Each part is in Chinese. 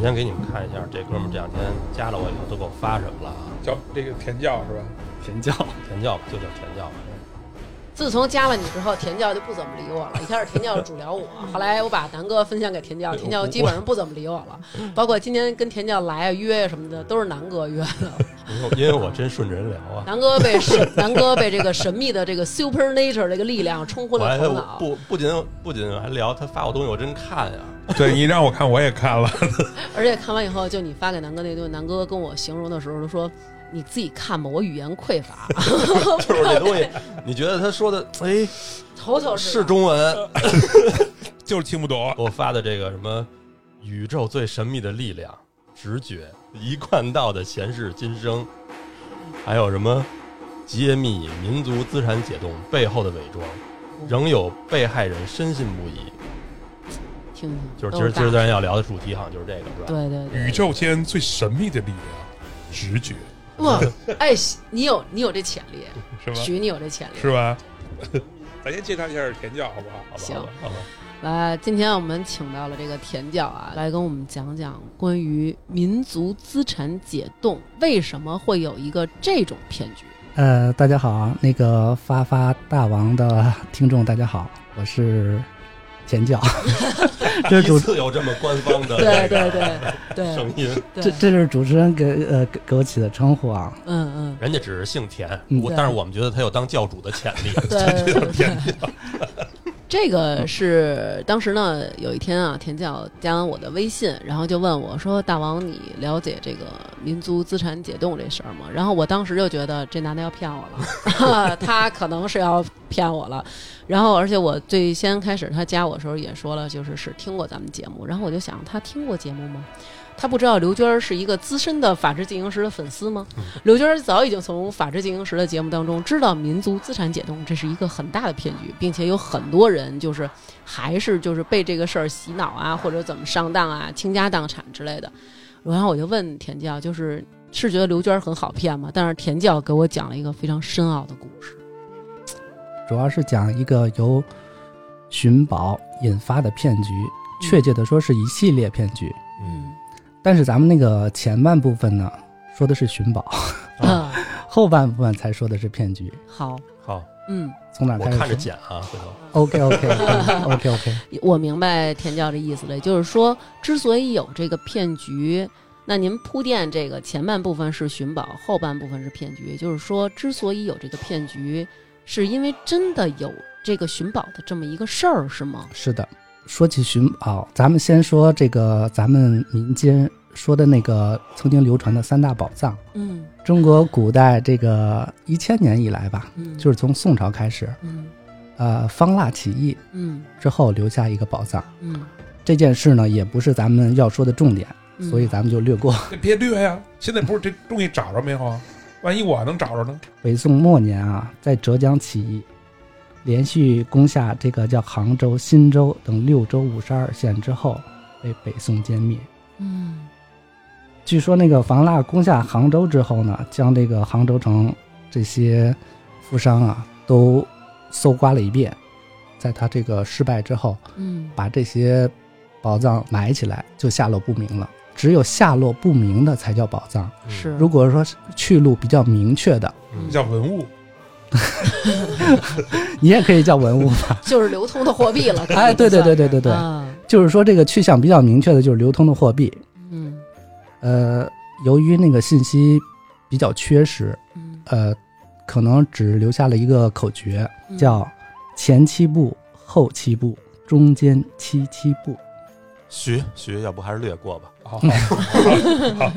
先给你们看一下，这哥们儿这两天加了我以后都给我发什么了啊？叫这个甜教是吧？神教，田教吧，就叫田教吧。自从加了你之后，田教就不怎么理我了。一开始田教主聊 我，后来我把南哥分享给田教，田教基本上不怎么理我了。包括今天跟田教来啊约啊什么的，都是南哥约的。因为因为我真顺着人聊啊，南哥 被神，南哥被这个神秘的这个 super nature 这个力量冲昏我还了头脑。不不仅不仅还聊他发我东西，我真看 呀、对你让我看我也看了， 而且看完以后，就你发给南哥那东西，南哥跟我形容的时候就说：“你自己看吧，我语言匮 乏，就是这东西，你觉得他说的哎头头是是中文？就是听不懂。给我发的这个什么宇宙最神秘的力量、直觉、一贯道的前世今生，还有什么揭秘民族资产解冻背后的伪装，仍有被害人深信不疑。听听，就是都今儿大今儿咱要聊的主题好像就是这个，是吧？对对对，宇宙间最神秘的力量，直觉 哇，哎，你有你有这潜力，是吧？许你有这潜力。是吧？ 咱先介绍一下甜教好不好？好吧，行好吧，好吧。来，今天我们请到了这个田教啊，来跟我们讲讲关于民族资产解冻为什么会有一个这种骗局。呃，大家好，那个发发大王的听众，大家好，我是田教，第一这是主次有这么官方的对对这对 个对声音，这对，这是主持人给呃给给我起的称呼啊，嗯嗯，人家只是姓田，嗯我对但是我们觉得他有当教主的潜力。 对对对。 这个是当时呢，有一天啊，田教加完我的微信，然后就问我说：“大王，你了解这个民族资产解冻这事儿吗？”然后我当时就觉得这男的要骗我了，他可能是要骗我了。然后，而且我最先开始他加我的时候也说了，就是是听过咱们节目。然后我就想，他听过节目吗？他不知道刘娟儿是一个资深的《法制进行时》的粉丝吗？刘娟儿早已经从《法制进行时》的节目当中知道民族资产解冻这是一个很大的骗局，并且有很多人就是还是就是被这个事儿洗脑啊，或者怎么上当啊、倾家荡产之类的。然后我就问田教，就是是觉得刘娟儿很好骗吗？但是田教给我讲了一个非常深奥的故事。主要是讲一个由寻宝引发的骗局，确切的说是一系列骗局，嗯，但是咱们那个前半部分呢，说的是寻宝，嗯，后半部分才说的是骗局，好，好，嗯，从哪儿我开始说？看着剪啊，回头 OK OK OK OK，我明白田教这意思了，也就是说，之所以有这个骗局，那您铺垫这个前半部分是寻宝，后半部分是骗局，也就是说，之所以有这个骗局，是因为真的有这个寻宝的这么一个事儿，是吗？是的。说起寻宝，咱们先说这个咱们民间说的那个曾经流传的三大宝藏。嗯中国古代这个一千年以来吧，嗯，就是从宋朝开始，嗯呃，方腊起义嗯之后留下一个宝藏。嗯，这件事呢，也不是咱们要说的重点，嗯所以咱们就略过。别略呀！现在不是这东西找着没 有啊？万一我能找着呢？北宋末年啊，在浙江起义，连续攻下这个叫杭州、新州等六州五十二县之后，被北宋歼灭。嗯据说那个房腊攻下杭州之后呢，将这个杭州城这些富商啊都搜刮了一遍，在他这个失败之后，嗯把这些宝藏埋起来，就下落不明了。只有下落不明的才叫宝藏。是，。如果说是去路比较明确的， 嗯叫文物，你也可以叫文物吧就是流通的货币了。可能哎，对对对对对对，啊就是说这个去向比较明确的，就是流通的货币。嗯呃，由于那个信息比较缺失，嗯，呃，可能只留下了一个口诀，嗯叫前七步、后七步、中间七七步。徐徐，要不还是略过吧？好，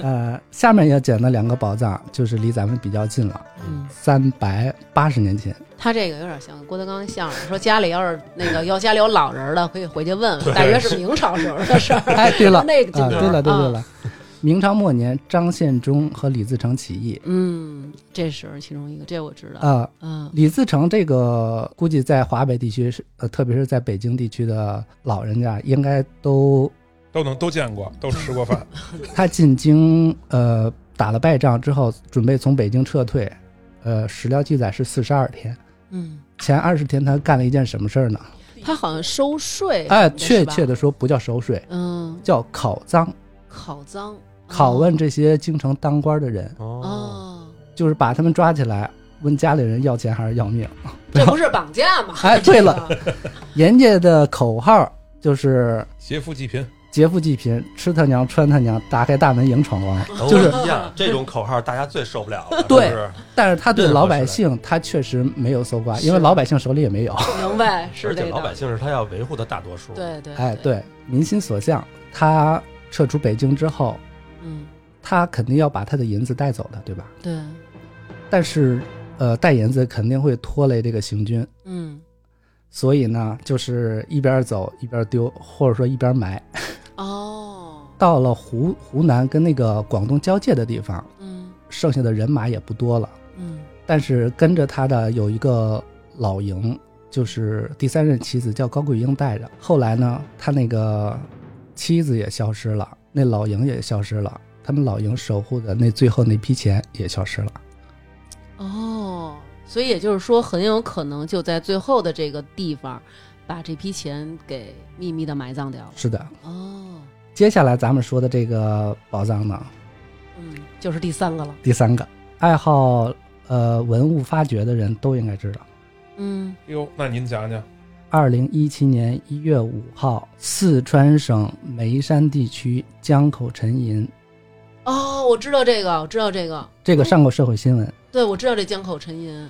呃，下面要讲的两个宝藏就是离咱们比较近了，嗯，三百八十 年前，他这个有点像郭德纲相声，说家里要是那个要家里有老人的，可以回去问对问，大约是明朝时候的事儿。，哎， 对了那个啊，阶对段了，对啊了对了，明朝末年，张献忠和李自成起义。嗯，这是其中一个，这我知道。啊、嗯李自成这个估计在华北地区是，呃，特别是在北京地区的老人家，应该都 都能都见过，都吃过饭。他进京，呃，打了败仗之后，准备从北京撤退，呃，史料记载是四十二天，嗯，前二十天他干了一件什么事儿呢？他好像收税，哎，确切的，的说不叫收税，嗯，叫考赃。烤赃，拷问这些京城当官的人，哦，哦，就是把他们抓起来，问家里人要钱还是要命。这不是绑架吗？哎对了，人家的口号就是劫富 济贫，劫富济贫，吃他娘，穿他娘，打开大门迎闯王。就是哎呀这种口号，大家最受不了了。对是不是但是他对老百姓，他确实没有搜刮，因为是老百姓手里也没有。明白，而是且这老道百理。姓是他要维护的大多数。，对对，哎，，对，民心所向，他撤出北京之后，嗯，他肯定要把他的银子带走的，对吧？对，但是，呃，带银子肯定会拖累这个行军，嗯，所以呢，就是一边走一边丢，或者说一边埋。哦，到了湖湖南跟那个广东交界的地方，嗯剩下的人马也不多了，嗯但是跟着他的有一个老营，就是第三任妻子叫高桂英带着。后来呢，他那个妻子也消失了，那老营也消失了，他们老营守护的那最后那批钱也消失了。哦，所以也就是说，很有可能就在最后的这个地方，把这批钱给秘密的埋葬掉了。是的，哦，接下来咱们说的这个宝藏呢，嗯，就是第三个了。第三个爱好呃文物发掘的人都应该知道。嗯，哟，哎那您讲讲，二零一七年一月五号，四川省眉山地区江口沉银，哦，我知道这个，我知道这个，这个上过社会新闻，对，我知道这江口沉银，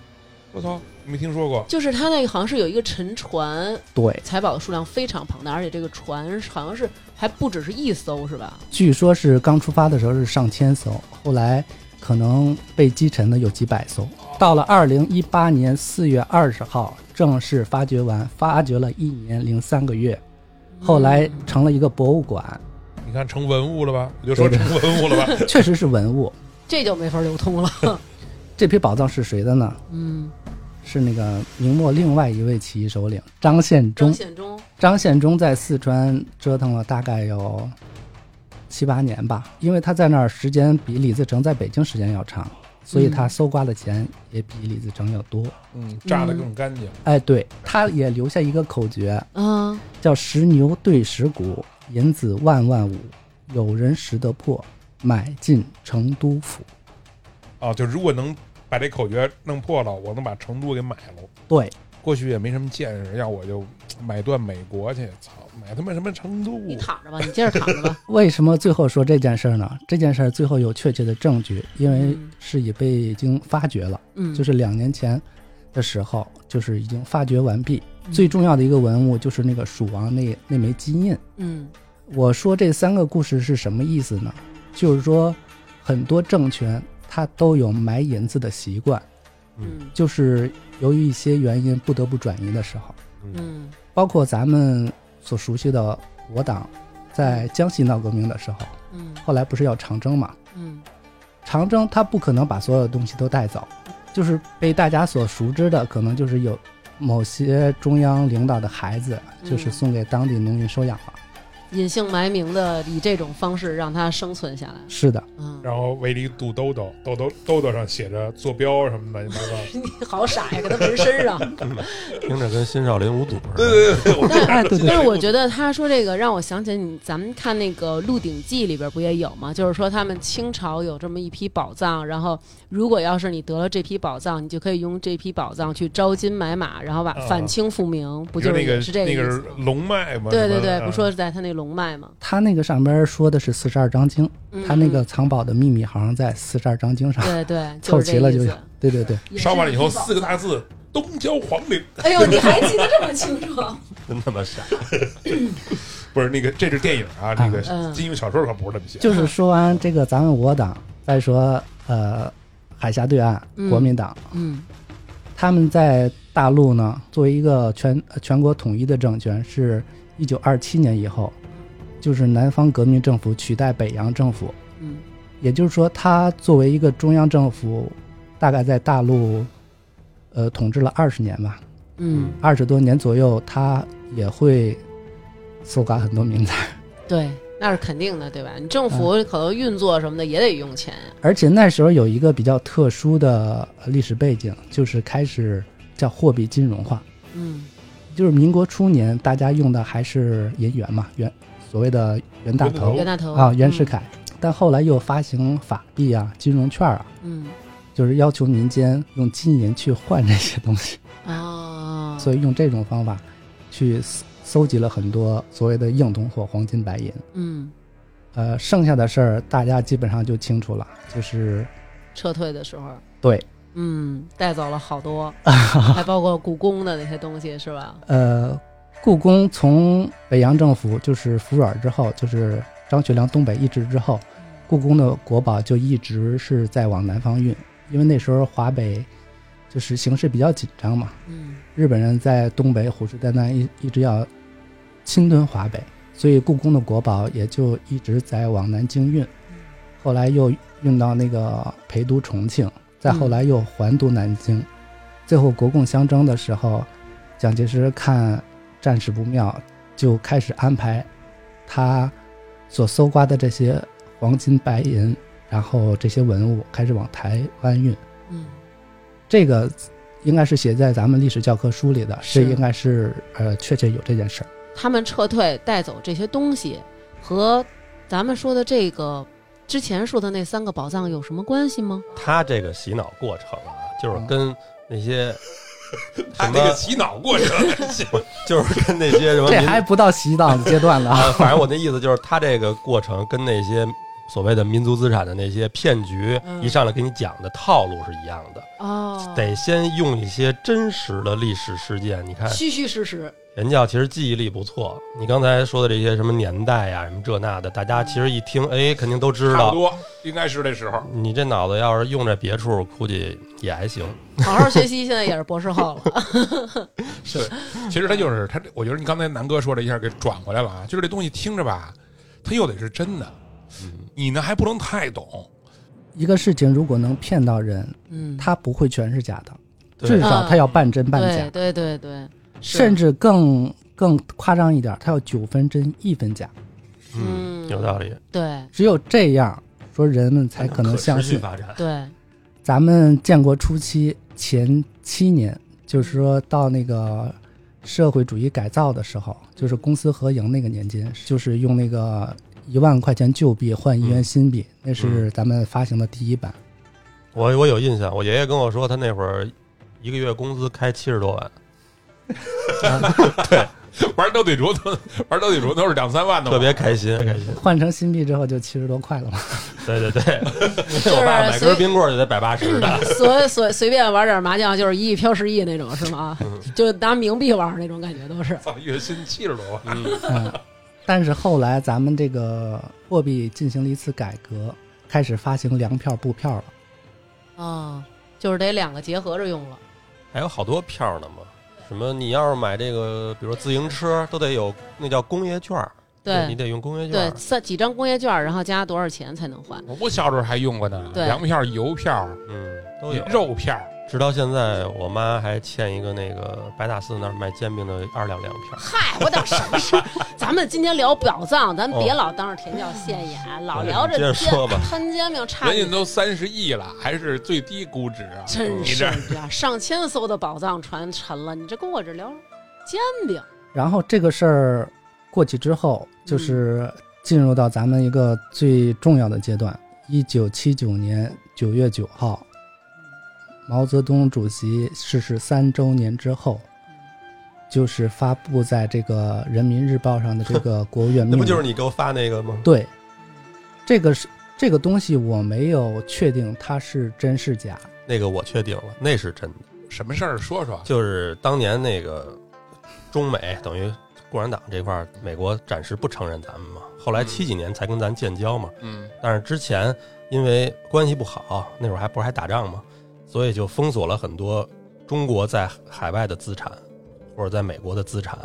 我操，没听说过，就是它那个好像是有一个沉船，对，财宝的数量非常庞大，而且这个船好像是还不只是一艘，是吧？据说是刚出发的时候是上千艘，后来可能被击沉的有几百艘。到了二零一八年四月二十号，正式发掘完，发掘了一年零三个月，后来嗯成了一个博物馆，你看成文物了吧？我就说成文物了吧？ 确实是文物。这就没法流通了。这批宝藏是谁的呢？ 嗯，是那个明末另外一位起义首领张献张忠。献忠，张献忠在四川折腾了大概有七八年吧，因为他在那儿时间比李自成在北京时间要长，所以他嗯搜刮的钱也比李自成要多。嗯，炸的更干净，哎，对，他也留下一个口诀，嗯，叫“石牛对石鼓，银子万万五，有人识得破，买进成都府啊，就如果能把这口诀弄破了，我能把成都给买了。”。对，过去也没什么见识，要我就买断美国去，操，买他妈什么成都？你躺着吧，你接着躺着 吧。为什么最后说这件事儿呢？这件事儿最后有确切的证据，因为嗯是已被已经发掘了。嗯，就是两年前的时候，就是已经发掘完毕。嗯最重要的一个文物就是那个蜀王那那枚金印。嗯我说这三个故事是什么意思呢？就是说，很多政权它都有埋银子的习惯，嗯就是由于一些原因不得不转移的时候，嗯，嗯包括咱们所熟悉的我党，在江西闹革命的时候，嗯后来不是要长征嘛？嗯长征他不可能把所有东西都带走，就是被大家所熟知的，可能就是有某些中央领导的孩子，嗯就是送给当地农民收养了。隐姓埋名的以这种方式让它生存下来。是 的，嗯，然后围了一肚兜兜，兜兜兜兜上写着坐标什么乱七八糟。你好傻呀，给它纹身 上。听着跟新少林无堵似的。对对，我哎，对对但是我觉得他说这个让我想起你，咱们看那个《鹿鼎记》里边不也有吗？就是说他们清朝有这么一批宝藏，然后如果要是你得了这批宝藏，你就可以用这批宝藏去招金买马，然后把啊反清复明， 不就是那个也是这那意个思吗？龙脉嘛？对什对么对，的嗯不说是在他那龙脉吗？他那个上边说的是四十二章经，嗯他那个藏宝的秘密好像在四十二章经上。对对， 凑就是齐这了意就思有。对对对，也是烧完了以后一批宝四个大字：东郊皇陵。哎呦，你还记得这么清楚？真他妈傻！不是那个，这是电影啊，那个嗯金庸小说可不是这么写。就是说完这个咱们我党，再说呃海峡对岸嗯国民党， 嗯他们在大陆呢，作为一个全呃全国统一的政权，是一九二七年以后，就是南方革命政府取代北洋政府，嗯也就是说，它作为一个中央政府，大概在大陆，呃，统治了二十年吧，嗯，二十多年左右，它也会搜刮很多民财，对，嗯那是肯定的，对吧？你政府可能运作什么的也得用钱。而且那时候有一个比较特殊的呃历史背景，就是开始叫货币金融化。嗯就是民国初年，大家用的还是银元嘛，元所谓的袁大头袁大头嗯啊，袁世，凯，但后来又发行法币啊、金融券啊，嗯就是要求民间用金银去换这些东 西，嗯哦，所以以用这种方法去搜搜集了很多所谓的硬通货、黄金、白银。嗯，呃，剩下的事儿大家基本上就清楚了，就是撤退的时候，对，嗯，带走了好 多，还包括故宫的那些东西是吧？呃，故宫从北洋政府就是服软之后，就是张学良东北一支之后，故宫的国宝就一直是在往南方运，因为那时候华北就是形势比较紧张嘛，嗯日本人在东北虎视眈眈，一一直要侵吞华北，所以故宫的国宝也就一直在往南京运，后来又运到那个陪都重庆，再后来又还都南京，最后国共相争的时候，蒋介石看战事不妙，就开始安排他所搜刮的这些黄金白银，然后这些文物开始往台湾运。嗯这个应该是写在咱们历史教科书里的，是这应该是呃确切有这件事儿。他们撤退带走这些东西，和咱们说的这个之前说的那三个宝藏有什么关系吗？他这个洗脑过程啊，就是嗯跟那 些他什哎这个么，洗脑过程，就是跟那些什么这民。还不到洗脑的阶段呢 啊，反正我那意思就是，他这个过程跟那些所谓的民族资产的那些骗局嗯一上来给你讲的套路是一样的，哦得先用一些真实的历史事件。你看，虚虚实实，人教其实记忆力不错，你刚才说的这些什么年代呀、什么这那的，大家其实一听，哎，肯定都知差不道。多应该是这时候。你这脑子要是用在别处，估计也还行。好好学习，现在也是博士后了。其实他就是他这，我觉得你刚才南哥说这一下给转过来了啊，就是这东西听着吧，它又得是真的，嗯你呢还不能太懂，一个事情如果能骗到人， 嗯，它不会全是假的，至对，少它要半真半假，对对对对，是甚至更更夸张一点，它要九分真一分假，嗯，嗯有道理，对只有这样说人们才可能相持续信。发 展。对，咱们建国初期前七年，就是说到那个社会主义改造的时候，就是公私合营那个年间，就是用那个一万块钱旧币换一元新币，那是咱们发行的第一版。 我我有印象，我爷爷跟我说，他那会儿一个月工资开七十多万。玩斗地主都玩斗地主都是两三万的嘛，特别开心，开心。换成新币之后就七十多块了嘛。对对 对，我啊爸买根冰棍儿就得百八十嗯的，所随随便玩点麻将就是一亿飘十亿那种是吗嗯？就拿冥币玩那种感觉都是。操，月薪七十多万， 嗯，嗯，但是后来咱们这个货币进行了一次改革，开始发行粮票、布票了。哦，就是得两个结合着用了。还有好多票呢嘛。什么？你要是买这个，比如说自行车，都得有那叫工业券儿，你对得用工业券对儿，。三几张工业券，然后加多少钱才能换？我我小时候还用过呢，对粮票、油票、嗯，都有。肉票，直到现在，我妈还欠一个那个白塔寺那儿卖煎饼的二两粮票。嗨，我等什 么事儿？咱们今天聊宝藏，咱别老当着田教现眼，老聊哦哎接着这煎说吧摊煎饼差人点家都三十亿了，还是最低估值啊！真你是这呀，上千艘的宝藏船沉了，你这跟我这聊煎饼，然后这个事儿过去之后，嗯就是进入到咱们一个最重要的阶段。一九七九年九月九号，嗯毛泽东主席逝世三周年之后，嗯就是发布在这个《人民日报》上的这个 国务院那命不令。就是你给我发那个吗？对，这个是这个东西，我没有确定它是真是假。那个我确定了，那是真的。什么事儿？说说，就是当年那个中美等于共产党这块儿，美国暂时不承认咱们嘛，后来七几年才跟咱建交嘛。嗯，但是之前因为关系不好，那会儿还不是还打仗吗？所以就封锁了很多中国在海外的资产，或者在美国的资产。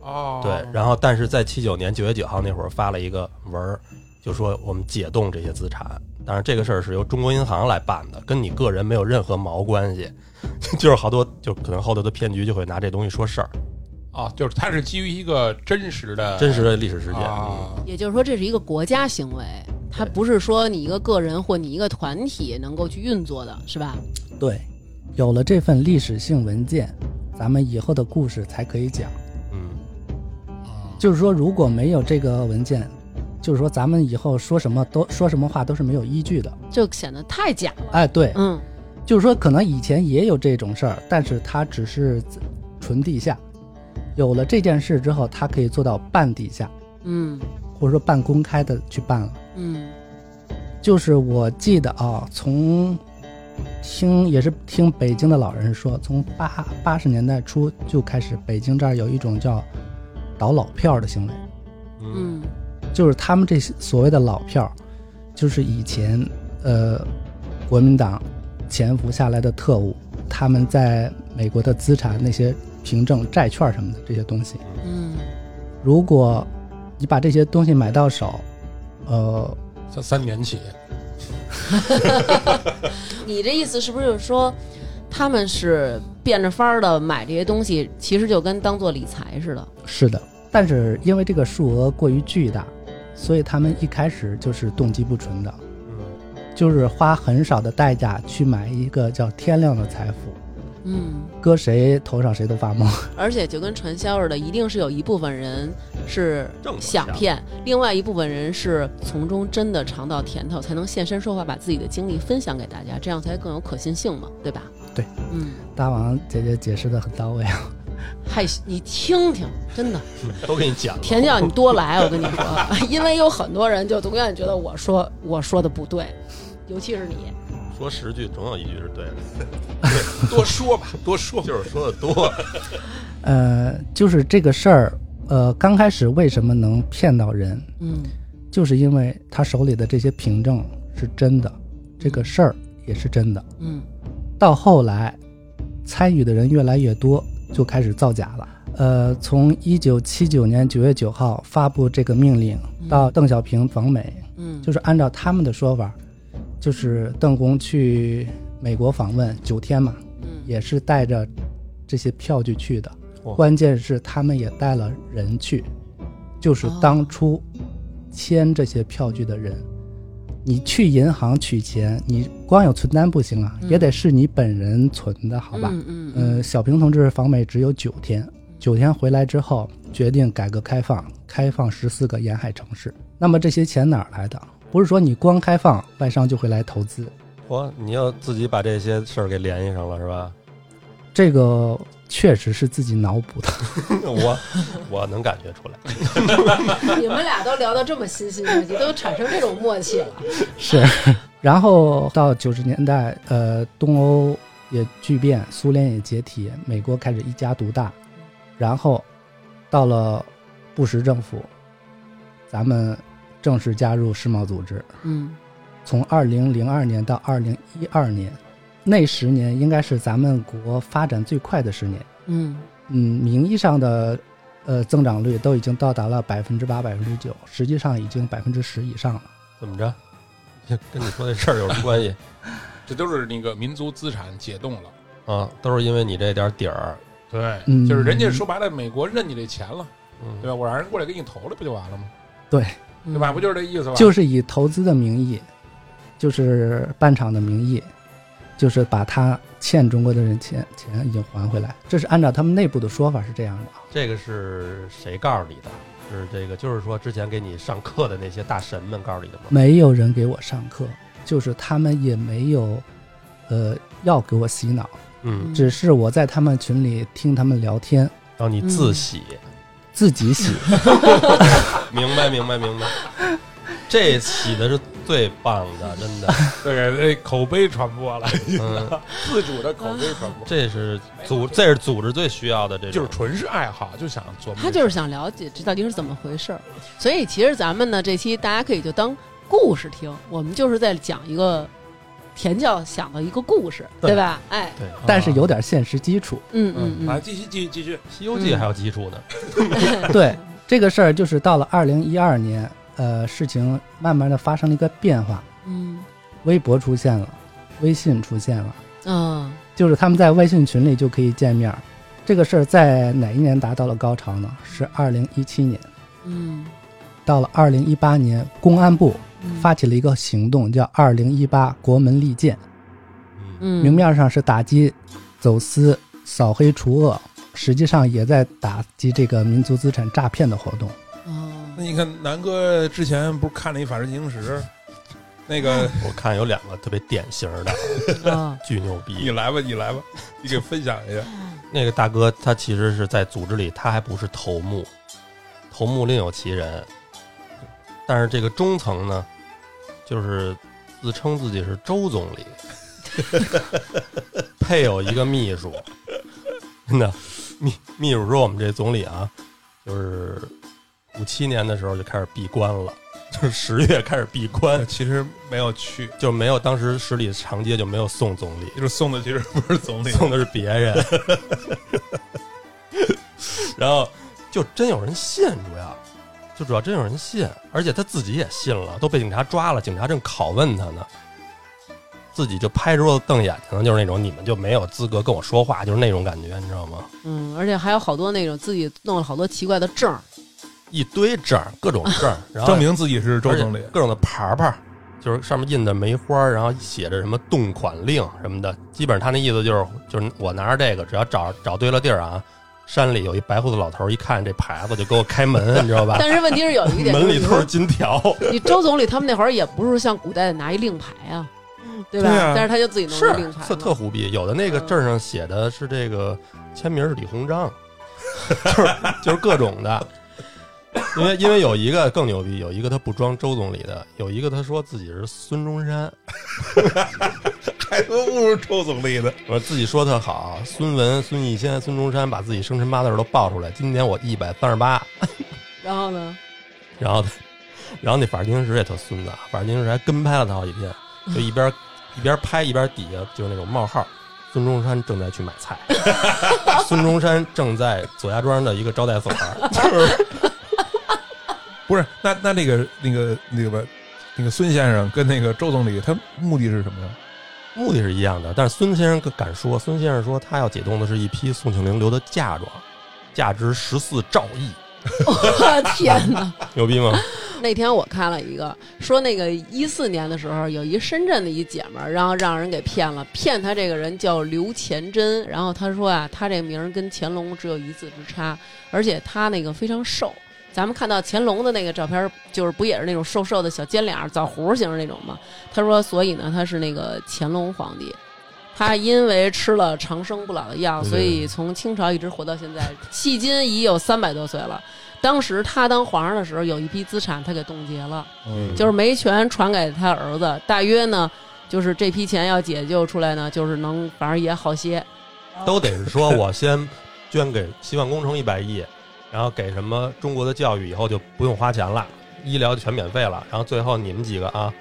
哦，对，然后但是在七九年九月九号那会儿发了一个文儿，就说我们解冻这些资产。当然，这个事儿是由中国银行来办的，跟你个人没有任何毛关系。 就是好多，就可能后头的骗局就会拿这东西说事儿，啊，就是它是基于一个真实的真实的历史事件。嗯啊，也就是说这是一个国家行为，它对不是说你一个个人或你一个团体能够去运作的，是吧？对，有了这份历史性文件，咱们以后的故事才可以讲。嗯，啊就是说，如果没有这个文件，就是说咱们以后说什么都说什么话都是没有依据的。就显得太假了。哎，对，嗯，就是说可能以前也有这种事儿，但是它只是纯地下。有了这件事之后，它可以做到半地下，嗯或者说半公开的去办了。嗯就是我记得啊，从听也是听北京的老人说，从八八十年代初就开始，北京这儿有一种叫倒老票儿的行为。嗯嗯就是他们这些所谓的老票儿，就是以前呃国民党潜伏下来的特务，他们在美国的资产那些凭证、债券什么的这些东西，嗯如果你把这些东西买到手，呃，三三年起，你这意思是不是就是说，他们是变着法儿的买这些东西，其实就跟当做理财似的？是的，但是因为这个数额过于巨大，所以他们一开始就是动机不纯的，嗯就是花很少的代价去买一个叫天量的财富，嗯，搁谁头上谁都发毛。而且就跟传销似的，一定是有一部分人是挣着想骗，另外一部分人是从中真的尝到甜头，才能现身说法，把自己的经历分享给大家，这样才更有可信性嘛，对吧？对，嗯，大王姐姐解释的很到位啊。嗨，你听听，真的，嗯都给你讲 了。田教你多来，我跟你说， 因为有很多人就永远觉得我说我说的不对，尤其是你。说十句总有一句是对的， 多说吧，多说。就是说的 多。呃，就是这个事儿，呃，刚开始为什么能骗到人，嗯就是因为他手里的这些凭证是真的，这个事儿也是真的。嗯到后来，参与的人越来越多，就开始造假了。呃，从一九七九年九月九号发布这个命令到邓小平访美，嗯，就是按照他们的说法，就是邓公去美国访问九天嘛，嗯也是带着这些票据去的哇。关键是他们也带了人去，就是当初签这些票据的人。你去银行取钱，你光有存单不行啊，嗯也得是你本人存的，好吧？嗯呃，小平同志访美只有九天，九天回来之后决定改革开放，开放十四个沿海城市。那么这些钱哪儿来的？不是说你光开放，外商就会来投资。哇，你要自己把这些事儿给联系上了是吧？ 这个确实是自己脑补的。我我能感觉出来，嗯你们俩都聊到这么心心念念，都产生这种默契了。是，然后到九十年代，呃，东欧也巨变，苏联也解体，美国开始一家独大，然后到了布什政府，咱们正式加入世贸组织。嗯从二零零二年到二零一二年，那十年应该是咱们国发展最快的十年。嗯嗯，名义上的呃增长率都已经到达了百分之八、百分之九，实际上已经百分之十以上了。怎么着？这跟你说这事儿有什么关系这都是那个民族资产解冻了。啊？都是因为你这点底儿，对，嗯就是人家说白了，美国认你这钱了，嗯，对吧？我让人过来给你投了，不就完了吗？嗯对吧？不就是这意思吧？就是以投资的名义，就是办厂的名义，就是把他欠中国的人钱钱已经还回来。这是按照他们内部的说法是这样的啊。这个是谁告诉你的？是这个，就是说之前给你上课的那些大神们告诉你的吗？嗯没有人给我上课，就是他们也没有，呃，要给我洗脑，嗯，只是我在他们群里听他们聊天，让你自喜，自己洗。明白，明白，明白。这起的是最棒的，真 的。对，这口碑传播了，嗯，自主的口碑传播，这是组，这是组织最需要的这种， 就是纯是爱好，就想琢磨。他就是想了解这到底是怎么回事儿，所以其实咱们呢这期大家可以就当故事听，我们就是在讲一个田教想的一个故事，对对吧？哎，对。但是有点现实基础。嗯嗯啊嗯，来嗯，继续继续继续， 《西游记》还有基础呢，对这个事儿，就是到了二零一二年，呃，事情慢慢的发生了一个变化， 嗯微博出现了，微信出现了。嗯就是他们在微信群里就可以见面儿。这个事儿在哪一年达到了高潮呢？是二零一七年。嗯，到了二零一八年，公安部嗯发起了一个行动，叫“二零一八国门利剑”，嗯，嗯明面上是打击走私、扫黑除恶、实际上也在打击这个民族资产诈骗的活动。那哦，你看南哥之前不是看了一《法制进行时》，那个我看有两个特别典型的，哦巨牛 你逼。来吧，你来 吧，你给分享一下。那个大哥他其实是在组织里，他还不是头目，头目另有其人。但是这个中层呢，就是自称自己是周总理， 配有一个秘书。真的，秘秘书说我们这总理啊，就是五七年的时候就开始闭关了，就是十月开始闭关我，其实没有去，就没有当时十里长街就没有送总理，就是送的其实不是总理，送的是别人。然后就真有人信，主要就主要真有人信，而且他自己也信了，都被警察抓了，警察正拷问他呢，自己就拍桌子瞪眼睛，就是那种你们就没有资格跟我说话，就是那种感觉，你知道吗？嗯，而且还有好多那种自己弄了好多奇怪的证儿，啊一堆证儿，各种证儿，然后 证明自己是周总理而且。各种的牌牌儿，就是上面印的梅花儿，然后写着什么动款令什么的，基本上他那意思就是，就是我拿着这个，只要找找对了地儿啊，山里有一白胡子老头儿，一看这牌子就给我开门，你知道吧？但是问题是有一点，门里就是都是金条，你周总理他们那会儿也不是像古代拿一令牌啊，对吧？对啊但是他就自己弄是了令牌嗯嘛特特胡逼。有的那个证上写的是这个签名是李鸿章， 就是就是各种的。因为因为有一个更牛逼，有一个他不装周总理的，有一个他说自己是孙中山， 还他妈不是周总理的，我自己说特好，孙文、孙逸仙、孙中山把自己生辰八字都报出来，今年我一百三十八。然后呢，然后，然后那法制进行时也特孙子啊，法制进行时还跟拍了他好几天，就一边一边拍一边底下就是那种冒号，孙中山正在去买菜，孙中山正在左家庄的一个招待所，就是不是？那那那个那个那个吧，那个孙先生跟那个周总理，他目的是什么呀？目的是一样的。但是孙先生敢说，孙先生说他要解冻的是一批宋庆龄留的嫁妆，价值十四兆亿， 我天哪！牛逼吗？ 那天我看了一个，说那个一四年的时候，有一深圳的一姐们儿，然后让人给骗了，骗她这个人叫刘乾真，然后她说啊，她这名儿跟乾隆只有一字之差，而且她那个非常瘦。咱们看到乾隆的那个照片儿，就是不也是那种瘦瘦的小尖脸儿、枣核型儿那种吗？她说，所以呢，她是那个乾隆皇帝，她因为吃了长生不老的药，对对所以对从清朝一直活到现在，迄今已有三百多岁了。当时他当皇上的时候，有一批资产他给冻结了，嗯就是没全传给他儿子。大约呢，就是这批钱要解救出来呢，就是能反正也好些。 都得是说我先捐给希望工程一百亿，然后给什么中国的教育以后就不用花钱了，医疗全免费了，然后最后你们几个啊，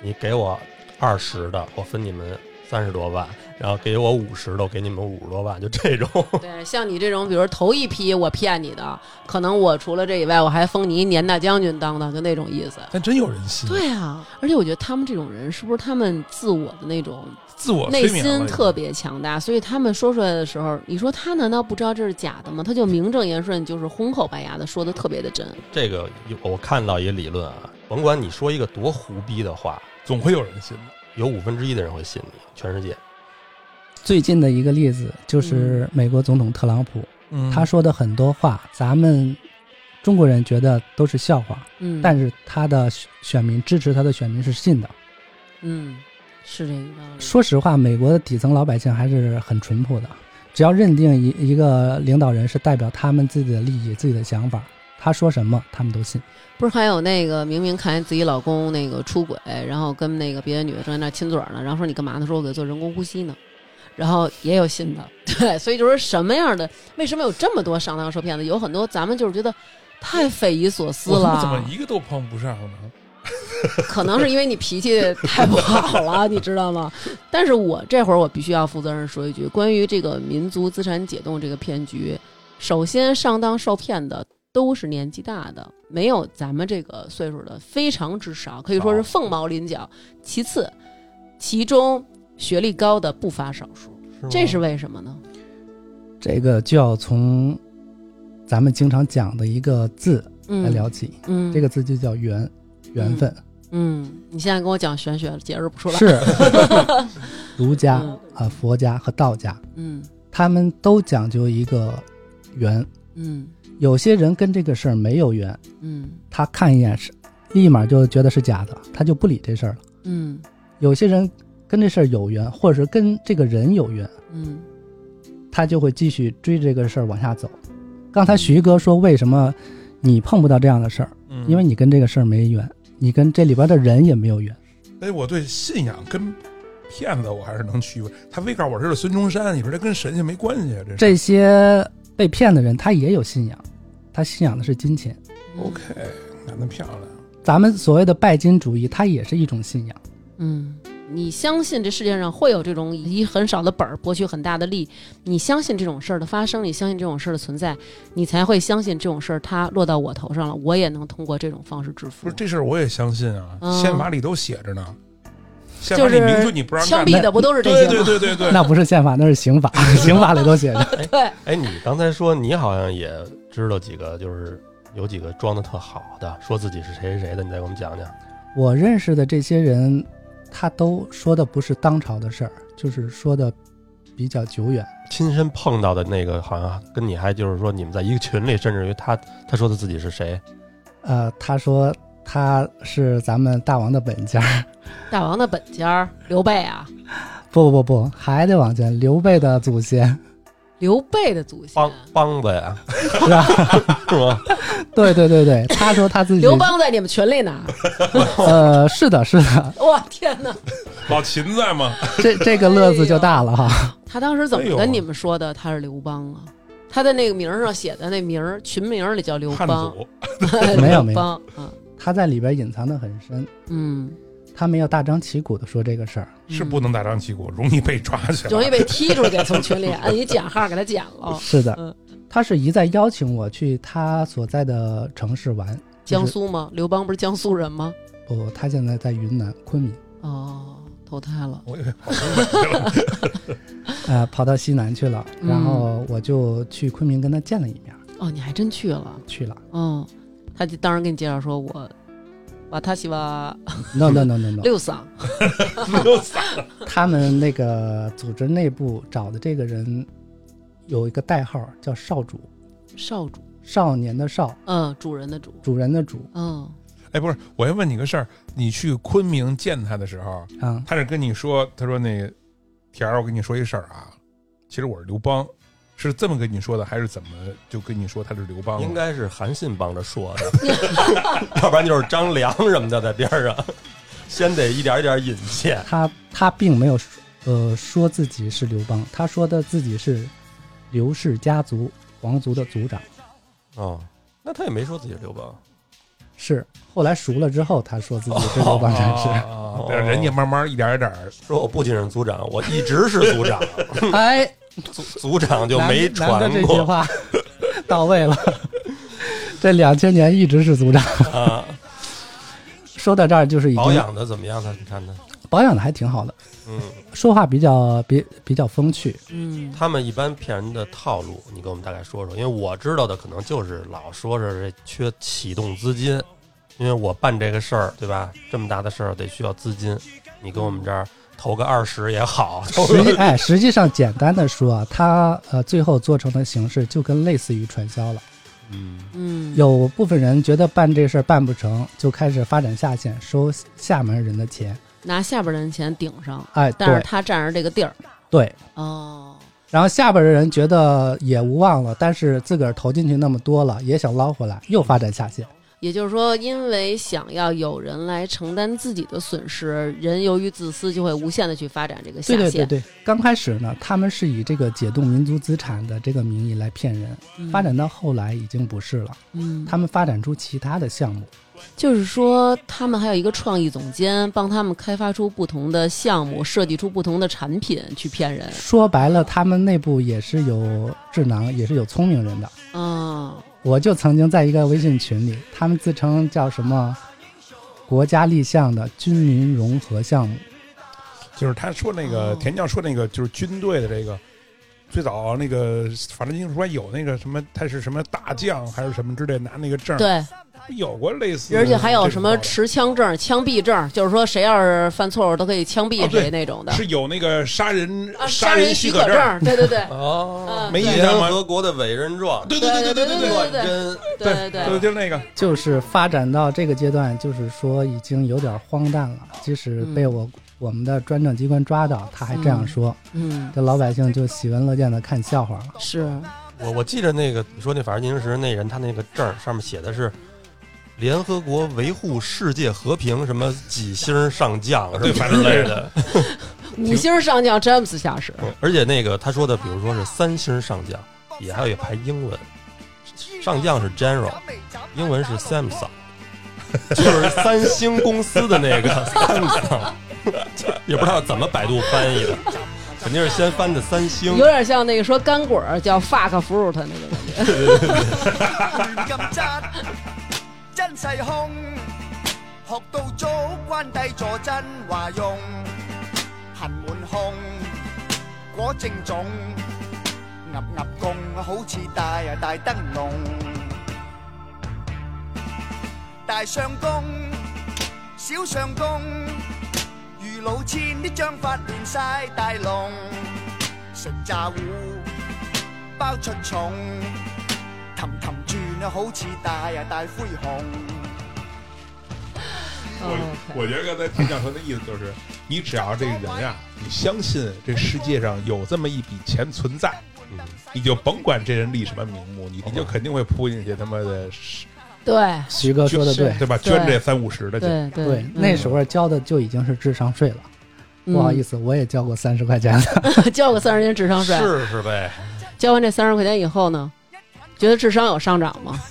你给我二十的，我分你们三十多万，然后给我五十的，我给你们五十多万，就这种。对，像你这种，比如头一批我骗你的，可能我除了这以外，我还封你一年大将军当当，就那种意思。但真有人信，对啊，而且我觉得他们这种人是不是他们自我的那种自我内催眠了心特别强大，所以他们说出来的时候，你说他难道不知道这是假的吗？他就名正言顺，就是烘口白牙的说的特别的真。这个有我看到一个理论啊，甭管你说一个多胡逼的话，总会有人信的。有五分之一的人会信你，全世界。最近的一个例子就是美国总统特朗普，嗯他说的很多话，咱们中国人觉得都是笑话，嗯，但是他的选选民支持他的选民是信的。嗯，是这个道理。说实话，美国的底层老百姓还是很淳朴的，只要认定一一个领导人是代表他们自己的利益、自己的想法，他说什么他们都信。不是还有那个明明看见自己老公那个出轨，然后跟那个别的女的正在那亲嘴儿呢，然后说你干嘛呢？说我给做人工呼吸呢。然后也有信的， 对，所以就是什么样的？ 为什么有这么多上当受骗的？有很多咱们就是觉得太匪夷所思我他妈了，怎么一个都碰不上呢？可能是因为你 脾气太不好了，你知道吗？但是我这会儿我必须要负责任说一句，关于这个民族资产解冻这个骗局，首先上当受骗的都是年纪大的，没有咱们这个岁数的非常之少，可以说是凤毛麟角。其次，其中学历高的不乏少数，嗯吗这是为什么呢？这个就要从咱们经常讲的一个字来嗯，聊起，嗯，这个字就叫缘，缘分、嗯，你现在跟我讲玄学解释不 出来，是 儒家啊啊嗯、佛家和道家，嗯他们都讲究一个缘，嗯有些人跟这个事儿没有缘，嗯他看一眼是立马就觉得是假的，他就不理这事儿了。嗯有些人跟这事儿有缘，或者是跟这个人有缘，嗯他就会继续追这个事儿往下走。刚才徐哥说，为什么你碰不到这样的事儿？嗯因为你跟这个事儿没缘，你跟这里边的人也没有缘。哎，我对信仰跟骗子我还是能区分。他非告我这是孙中山，你说这跟神仙没关系啊？这是这些被骗的人，他也有信仰，他信仰的是金钱。 OK，男的漂亮，咱们所谓的拜金主义，它也是一种信仰。嗯，你相信这世界上会有这种以很少的本儿博取很大的利？你相信这种事儿的发生，你相信这种事儿的存在，你才会相信这种事儿它落到我头上了，我也能通过这种方式致富不是。这事儿我也相信啊，嗯宪法里都写着呢。宪法就里是明确你不让枪干毙的，的不都是这对些对吗？对对 对，那不是 宪法，那是刑法，刑法里都写着。对，哎，你刚才说你好像也知道几个，就是有几个装的特好的，说自己是谁谁谁的，你再给我们讲讲。我认识的这些人，他都说的不是当朝的事儿，就是说的比较久远。亲身碰到的那个，好像跟你还就是说你们在一个群里，甚至于他他说他自己是谁，呃，他说他是咱们大王的本家，大王的本家儿刘备啊， 不不不，还得往前，刘备的祖先， 刘备的祖先帮，帮子呀，是啊吧？ 是吗？对对对对，他说他自己刘，邦在你们群里呢。 呃，是的，是的，我天哪，老秦在吗？这这个乐子就大 了哈。 他当时怎哎么呦跟你们说的？他是刘邦啊？他在那个名儿上写的那名儿群名儿里叫刘汉邦，族没有 刘没有邦，嗯他在里边隐藏的很深，嗯，他没有大张旗鼓的说这个事儿。是不能大张旗鼓，容易被抓起来。嗯容 易被踢出去，从群里按一减号给他减了。是嗯的，他是一再邀请我去他所在的城市玩，江苏吗？刘邦不是江苏人吗？不，他现在在云南昆明，哦，投胎了。我以为跑出来了呃，跑到西南去了，嗯然后我就去昆明跟他见了一面，哦，你还真去了。去了。嗯，他就当时给你介绍说，我瓦塔西瓦 No no no no no，六桑。又撒 他们那个组织内部找的这个人有一个代号叫少主，少主，少年的少，嗯，主人的主，主人的主嗯，哎，不是，我要问你个事儿，你去昆明见他的时候，啊。他是跟你说，他说那个田儿，我跟你说一事儿啊，其实我是刘邦，是这么跟你说的，还是怎么就跟你说他是刘邦了？啊应该是韩信帮着说的， 要不然就是张良什么的在边上， 先得一点一点引荐。他他并没有说呃说自己是刘邦，他说的自己是刘氏家族皇族的族长，哦，那他也没说自己是刘邦，是后来熟了之后，他说自己是刘邦战士。啊，哦但是人家慢慢一点一点儿，说我不仅是组长，我一直是组长，哎，组组长就难啊没难得传这句过话到位了。 这两千年一直是组长。啊。说到这儿就是已经保养的怎么样？他你看他，保养的还挺好的，嗯，说话比较比比较风趣。嗯，他们一般骗人的套路，你给我们大概说说，因为我知道的可能就是老说是这缺启动资金，因为我办这个事儿，对吧？这么大的事儿得需要资金，你跟我们这儿投个二十也 好，投实际个哎，实际上简单的说啊，它呃最后做成的形式就跟类似于传销了。嗯嗯，有部分人觉得办这事儿办不成，就开始发展下线，收下面人的钱。拿下边人钱顶上，哎，但是对他占着这个地儿。对。哦，然后下边的人觉得也无望了，但是自个儿投进去那么多了，也想捞回来，又发展下线。也就是说，因为想要有人来承担自己的损失，人由于自私就会无限的去发展这个下对线。对对对，刚开始呢，他们是以这个解冻民族资产的这个名义来骗人，嗯发展到后来已经不是了，嗯，他们发展出其他的项目。就是说，他们还有一个创意总监，帮他们开发出不同的项目，设计出不同的产品去骗人。说白了，他们内部也是有智囊，也是有聪明人的。嗯，我就曾经在一个微信群里，他们自称叫什么“国家立项的军民融合项目就是他说那个哦田教说那个就是军队的这个最早那个法轮经说有那个什么，他是什么大将还是什嗯么之类，拿那个证儿，对，有过类似，而且还有什么吃。持枪证、枪毙证，就是说谁要是犯错误都可以枪啊毙对谁那种的。是有那个杀人、啊，杀杀人人许许可可证儿，证，对对对哦，嗯没印联象吗？合国的委任状，对对对对乱对真对对，对对，就那个，就是发展到这个阶段，就是说已经有点荒诞了。即使被我、我们的专政机关抓到，他还这样说，嗯，这老百姓就喜闻乐见的看笑话了。是我我记得那个你说那法制进行时那人，他那个证儿上面写的是联合国维护世界和平什么几星上将什么对反正之类的，五星上将詹姆斯下士，而且那个他说的，比如说是三星上将，也还有一排英文，上将是 General，英文是 Samsung。就是三星公司的那个 Samsung，也不知道怎么百度翻译的，肯定是先翻的三星有。点像那个说干果儿叫 fuck fruit 那个感觉。真世空，學到早關帝坐真華用，行滿控，果正種，岌岌共好似大啊大燈籠，大相公，小相公，如老千啲章法練晒大龍，食炸糊，包出重。氹氹轉啊，好似大呀大灰熊。哦我 OK 我觉得刚才听教授的意思就是，你只要这个人呀，你相信这世界上有这么一笔钱存在，嗯你就甭管这人立什么名目，你你就肯定会扑进去他妈 的是对嗯徐哥说的对捐，对吧？对捐这三五十的去，对对对，那时候交的就已经是智商税了。不好意思，思，我也交过三十块钱的。嗯交个三十斤智商税，试试呗，交完这三十块钱以后呢，觉得智商有上涨吗？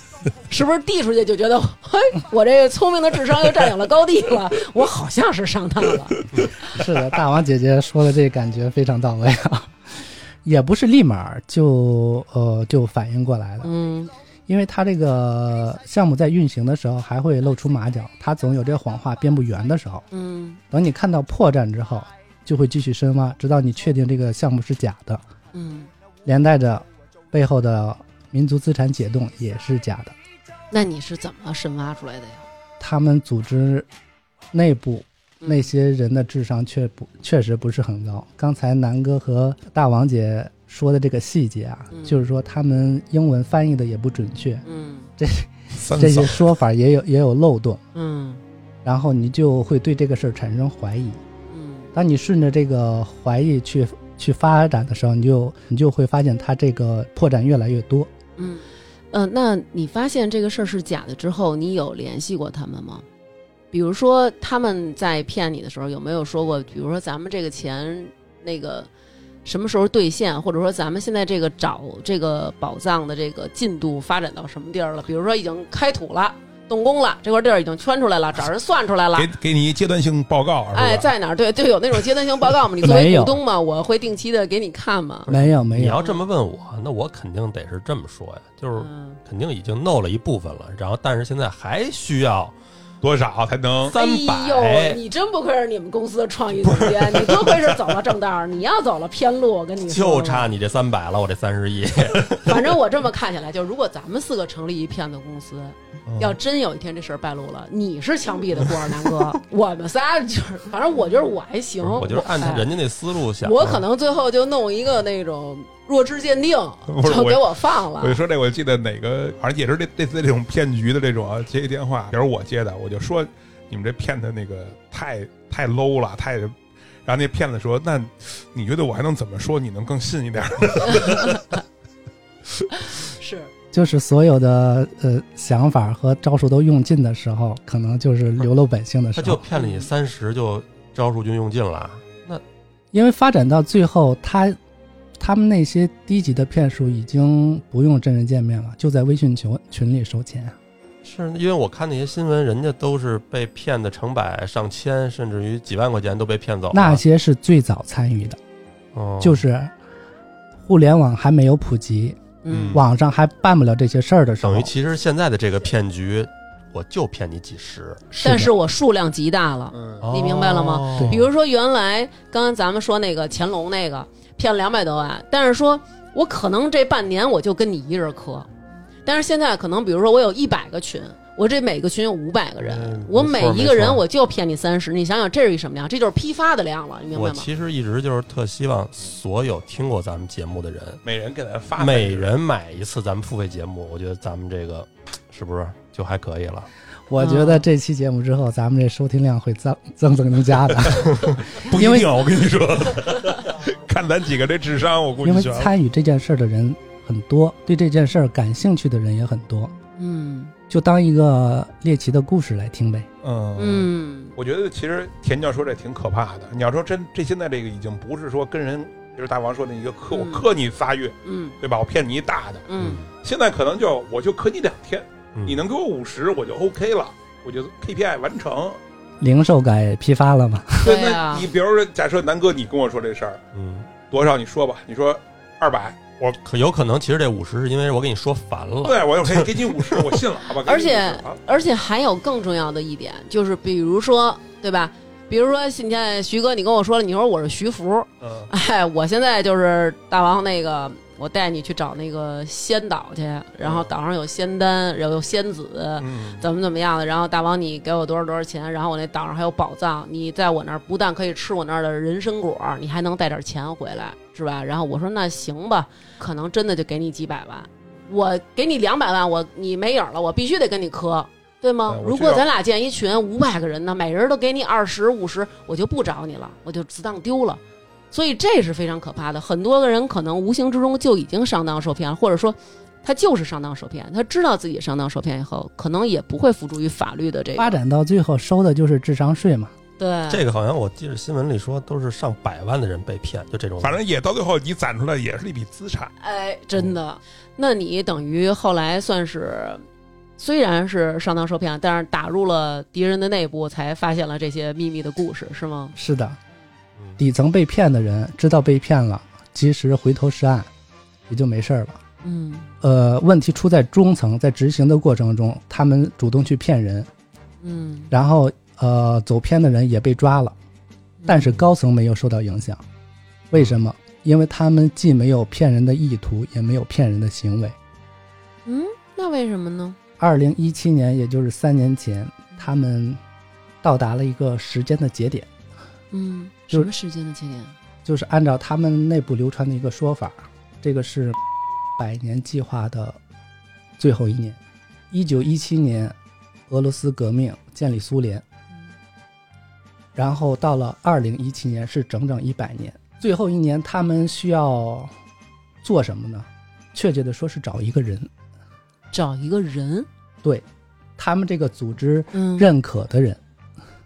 是不是递出去就觉得，嘿，我这个聪明的智商又占有了高地了？ 我好像是上当了。 是的，大王姐姐说的这感觉非常到位啊， 也不是立马就呃就反应过来的，嗯，因为他这个项目在运行的时候还会露出马脚，他总有这谎话编不圆的时候。嗯等你看到破绽之后，就会继续深挖，直到你确定这个项目是假的，嗯，连带着背后的民族资产解冻也是假的。那你是怎么深挖出来的呀？他们组织内部嗯那些人的智商确不确实不是很高。刚才南哥和大王姐说的这个细节啊，嗯就是说他们英文翻译的也不准确，嗯三这嫂些说法也有也有漏洞，嗯然后你就会对这个事儿产生怀疑。嗯当你顺着这个怀疑去去发展的时候，你就你就会发现它这个破绽越来越多。嗯，呃，那你发现这个事儿是假的之后，你有联系过他们吗？比如说他们在骗你的时候，有没有说过，比如说咱们这个钱那个什么时候兑现，或者说咱们现在这个找这个宝藏的这个进度发展到什么地儿了？比如说已经开土了，动工了，这块地儿已经圈出来了，找人算出来了给。给你一阶段性报告，是吧哎，在哪儿？对，就有那种阶段性报告嘛。你作没为有股东嘛，我会定期的给你看嘛。没有没你有，要这么问我，那我肯定得是这么说呀，就是嗯，肯定已经弄了一部分了，然后但是现在还需要多少才能三哎呦，百，你真不愧是你们公司的创意总监，你多亏是走了正道儿，你要走了偏路，我跟你说，就差你这三百了，我这三十一，反正我这么看下来，就是如果咱们四个成立一骗子公司，嗯要真有一天这事儿败露了，你是枪毙的孤儿南 哥，我们仨就是，反正我觉得我还行，我就是按哎人家那思路想，啊我可能最后就弄一个那种弱智鉴定不，是就我给我放我就 了。说这，我记得哪个，反正也是这类似这种骗局的这种啊，接一电话，比如我接的，我就说你们这骗子那个太太 low 了，太，然后那骗子说，那你觉得我还能怎么说？你能更信一点？是，就是所有的呃想法和招数都用尽的时候，可能就是流露本性的时他候。就骗了你三十，就招数就用尽了。那因为发展到最后，他他们那些低级的骗术已经不用真人见面了，就在微信群群里收钱。是因为我看那些新闻，人家都是被骗的成百上千，甚至于几万块钱都被骗走了。那些是最早参与的，哦就是互联网还没有普及，嗯网上还办不了这些事儿的时候等于，其实现在的这个骗局，我就骗你几十，是但的是我数量极大了。嗯你明白了吗哦对比如说，原来刚刚咱们说那个乾隆那个骗两百多万，但是说我可能这半年我就跟你一人磕，但是现在可能比如说我有一百个群，我这每个群有五百个人，嗯我没每错一个没人错我就骗你三十，你想想这是一什么量？这就是批发的量了，你明我白吗？其实一直就是特希望所有听过咱们节目的人，每人给咱发每人买一次咱们付费节目，我觉得咱们这个是不是就还可以了？我觉得这期节目之后，咱们这收听量会增 增增加的，不一因为定，我跟你说， 看咱几个这智商，我估因计为全参与这件事儿的人很多，对这件事儿感兴趣的人也很多，嗯就当一个猎奇的故事来听呗。嗯。嗯，我觉得其实田教说这挺可怕的。你要说真，这现在这个已经不是说跟人，就是大王说的一个克，我嗯克你仨月，嗯对吧？我骗你一大的，嗯，现在可能就我就克你两天，嗯你能给我五十，我就 OK 了，我就 KPI 完成。零售改批发了嘛？对那啊你比如说，假设南哥你跟我说这事儿嗯，多少，你说吧，你说二百，我可有可能其实这五十是因为我给你说烦了，对我就可以给你五十，我信了，好吧？给你而且50啊而且还有更重要的一点，就是比如说，对吧？比如说，现在徐哥，你跟我说了，你说我是徐福，嗯，哎，我现在就是大王那个，我带你去找那个仙岛去，然后岛上有仙丹，然后有仙子，嗯怎么怎么样的，然后大王你给我多少多少钱，然后我那岛上还有宝藏，你在我那儿不但可以吃我那儿的人参果，你还能带点钱回来，是吧？然后我说那行吧，可能真的就给你几百万，我给你两百万，我你没影儿了，我必须得跟你磕。对吗哎？我如知果道咱俩建一群五百个人呢，每人都给你二十五十，我就不找你了，我就自当丢了。所以这是非常可怕的。很多个人可能无形之中就已经上当受骗了，或者说他就是上当受骗，他知道自己上当受骗以后，可能也不会付诸于法律的这个发展到最后收的就是智商税嘛。对这个好像我记得新闻里说都是上百万的人被骗，就这种，反正也到最后你攒出来也是一笔资产。哎，真的，那你等于后来算是，呃虽然是上当受骗，但是打入了敌人的内部，才发现了这些秘密的故事，是吗？是的，嗯底层被骗的人知道被骗了，及时回头是岸，也就没事儿了。嗯呃，问题出在中层，在执行的过程中，他们主动去骗人，嗯，然后呃，走偏的人也被抓了，但是高层没有受到影响。为什么？因为他们既没有骗人的意图，也没有骗人的行为。嗯，那为什么呢？二零一七年，也就是三年前，他们到达了一个时间的节点，嗯，就什是么时间的节点？就是按照他们内部流传的一个说法，这个是 百年计划的最后一年。一九一七年，俄罗斯革命建立苏联，然后到了二零一七年是整整一百年。最后一年，他们需要做什么呢？确切的说是找一个人，找一个人，他们这个组织嗯，认可的人。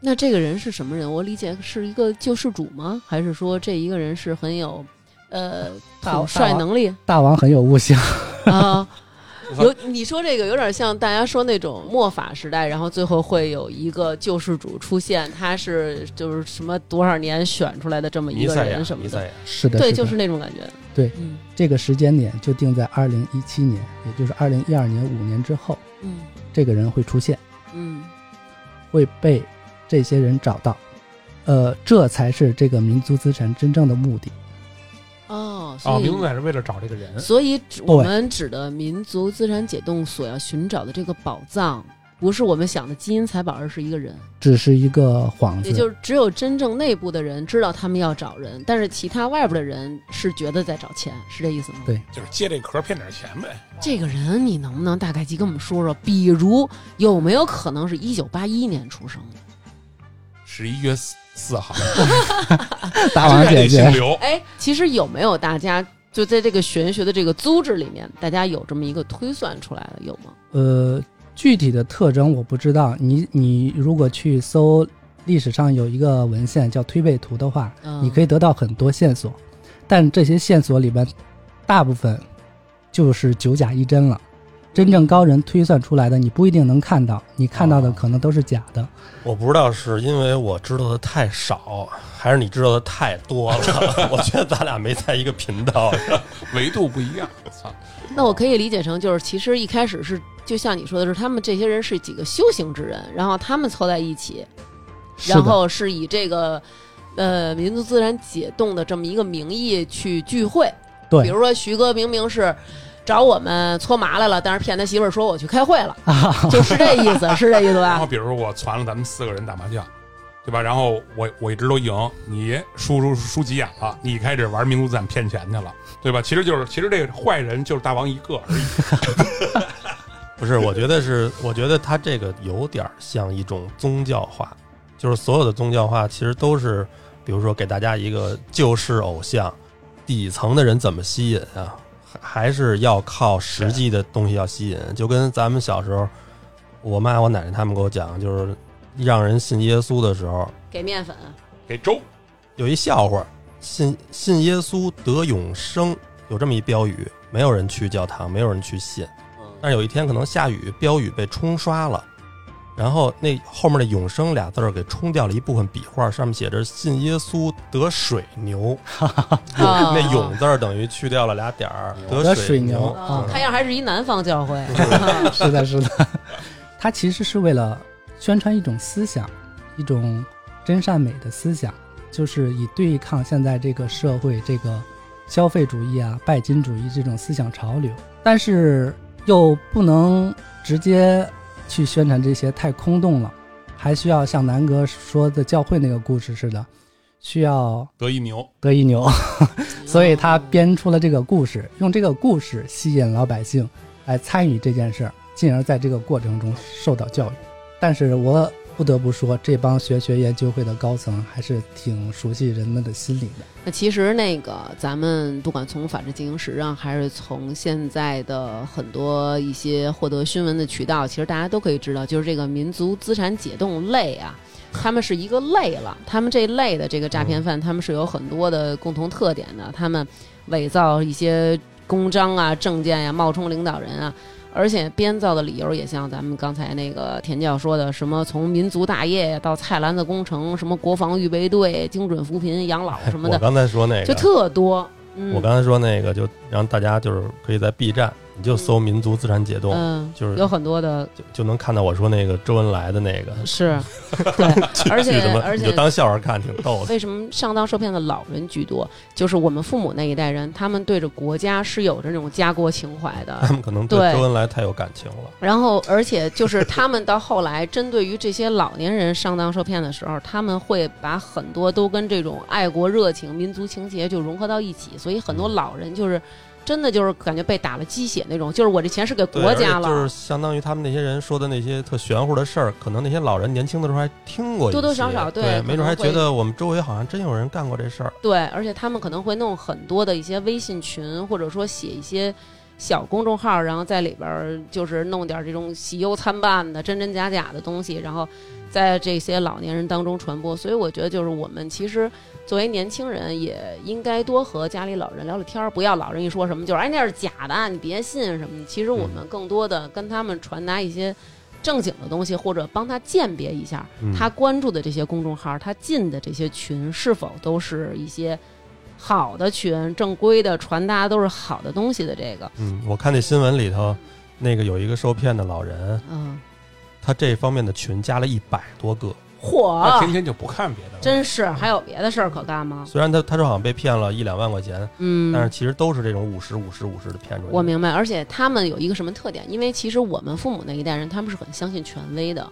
那这个人是什么人？我理解是一个救世主吗？还是说这一个人是很有，呃，大王统帅能力大王很有悟性， 啊？有你说这个有点像大家说那种末法时代，然后最后会有一个救世主出现，他是就是什么多少年选出来的这么一弥个赛亚人什，么弥的，赛亚，是的，对，的就是那种感觉。对，嗯这个时间点就定在二零一七年，也就是二零一二年五年之后，嗯这个人会出现，嗯会被这些人找到，呃，这才是这个民族资产真正的目的。哦，哦，所以明白是为了找这个人，所以指我们指的民族资产解冻所要寻找的这个宝藏，不是我们想的金银财宝，而是一个人。只是一个幌也就子，是只有真正内部的人知道他们要找人，但是其他外边的人是觉得在找钱，是这意思吗？对就是借这壳骗点钱呗。这个人你能不能大概去跟我们说说？比如有没有可能是一九八一年出生的？十一月四号，大王姐姐，刘，哎，其实有没有大家就在这个玄学的这个组织里面，大家有这么一个推算出来的有吗？呃，具体的特征我不知道。你你如果去搜历史上有一个文献叫推背图的话，嗯，你可以以得到很多线索，但这些线索里边，大部分就是九假一真了。真正高人推算出来的，你不一定能看到，你看哦到的可能都是假的。我不知道是因为我知道的太少，还是你知道的太多了。 我觉得咱俩没在一个频道上。维度不一样。操，那我可以理解成就是，其实一开始是就像你说的是，他们这些人是几个修行之人，然后他们凑在一起，是然的，后是以这个呃民族自然解冻的这么一个名义去聚会。对比如说徐哥明明是找我们搓麻来了，但是骗他媳妇儿说我去开会了， 啊，哦就是这意思，是这意思 然后吧？比如说我攒了咱们四个人打麻将，对吧？然后我我一直都赢，你输输输急眼了，啊你开始玩民族赞骗钱去了，对吧？其实就是其实这个坏人就是大王一个而已。不是，我觉得是，我觉得他这个有点像一种宗教化，就是所有的宗教化其实都是，比如说给大家一个救世偶像，底层的人怎么吸引啊？还还是要靠实际的东西要吸引，就跟咱们小时候，我妈我奶奶他们给我讲，就是让人信耶稣的时候，给面粉，给周有一笑话，信信耶稣得永生，有这么一标语，没有人去教堂，没有人去信。嗯但是有一天可能下雨，标语被冲刷了，然后那后面的“永生”俩字儿给冲掉了一部分笔画，上面写着“信耶稣得水 牛”，永啊那“永”字儿等于去掉了俩点儿，哦得水水嗯牛啊啊，看样还是一南方教 会， 是的，是的，它其实是为了宣传一种思想，一种真善美的思想，就是以对抗现在这个社会这个消费主义啊、拜金主义这种思想潮流，但是又不能直接去宣传这些太空洞了，还需要像南哥说的教会那个故事似的，需要得一牛，得一牛。所以他编出了这个故事，用这个故事吸引老百姓来参与这件事儿，进而在这个过程中受到教育。但是我不得不说，这帮学学研究会的高层还是挺熟悉人们的心理的。那其实那个，咱们不管从《法制进行时》上，还是从现在的很多一些获得新闻的渠道，其实大家都可以知道，就是这个民族资产解冻类啊，他们是一个类了。他们这类的这个诈骗犯，他们是有很多的共同特点的。他们伪造一些公章啊、证件呀、冒充领导人啊，而且编造的理由也像咱们刚才那个田教说的，什么从民族大业呀到菜篮子工程，什么国防预备队、精准扶贫、养老什么的我。刚才说那个，就特多。嗯、我刚才说那个，就让大家就是可以在 B 站，你就搜“民族资产解冻”，嗯，就是有很多的就就能看到我说那个周恩来的那个， 是，对，而去且什么而你且就当笑话看，挺逗的。为什么上当受骗的老人居多？就是我们父母那一代人，他们对着国家是有着那种家国情怀的， 他们可能对对周恩来太有感情了，然后，而且就是他们到后来，针对于这些老年人上当受骗的时候，他们会把很多都跟这种爱国热情、民族情结就融合到一起，所以很嗯多老人就是真的就是感觉被打了鸡血那种，就是我这钱是给对国家而且了，就是相当于他们那些人说的那些特玄乎的事儿，可能那些老人年轻的时候还听过一些，多多少少对，对没准还可能觉会得我们周围好像真有人干过这事儿。对，而且他们可能会弄很多的一些微信群，或者说写一些小公众号，然后在里边儿就是弄点儿这种喜忧参半的、真真假假的东西，然后在这些老年人当中传播。所以我觉得，就是我们其实作为年轻人，也应该多和家里老人聊聊天儿，不要老人一说什么就是哎那是假的，你别信什么的。其实我们更多的跟他们传达一些。正经的东西，或者帮他鉴别一下，嗯他关注的这些公众号，他进的这些群是否都是一些好的群、正规的，传达都是好的东西的这个，嗯，我看那新闻里头，那个有一个受骗的老人，嗯，他这方面的群加了一百多个，他嚯，天天就不看别的了。啊真是还有别的事儿可干吗？虽然他他说好像被骗了一两万块钱，嗯，但是其实都是这种五十五十五十的骗出去。我明白，而且他们有一个什么特点？因为其实我们父母那一代人，他们是很相信权威的，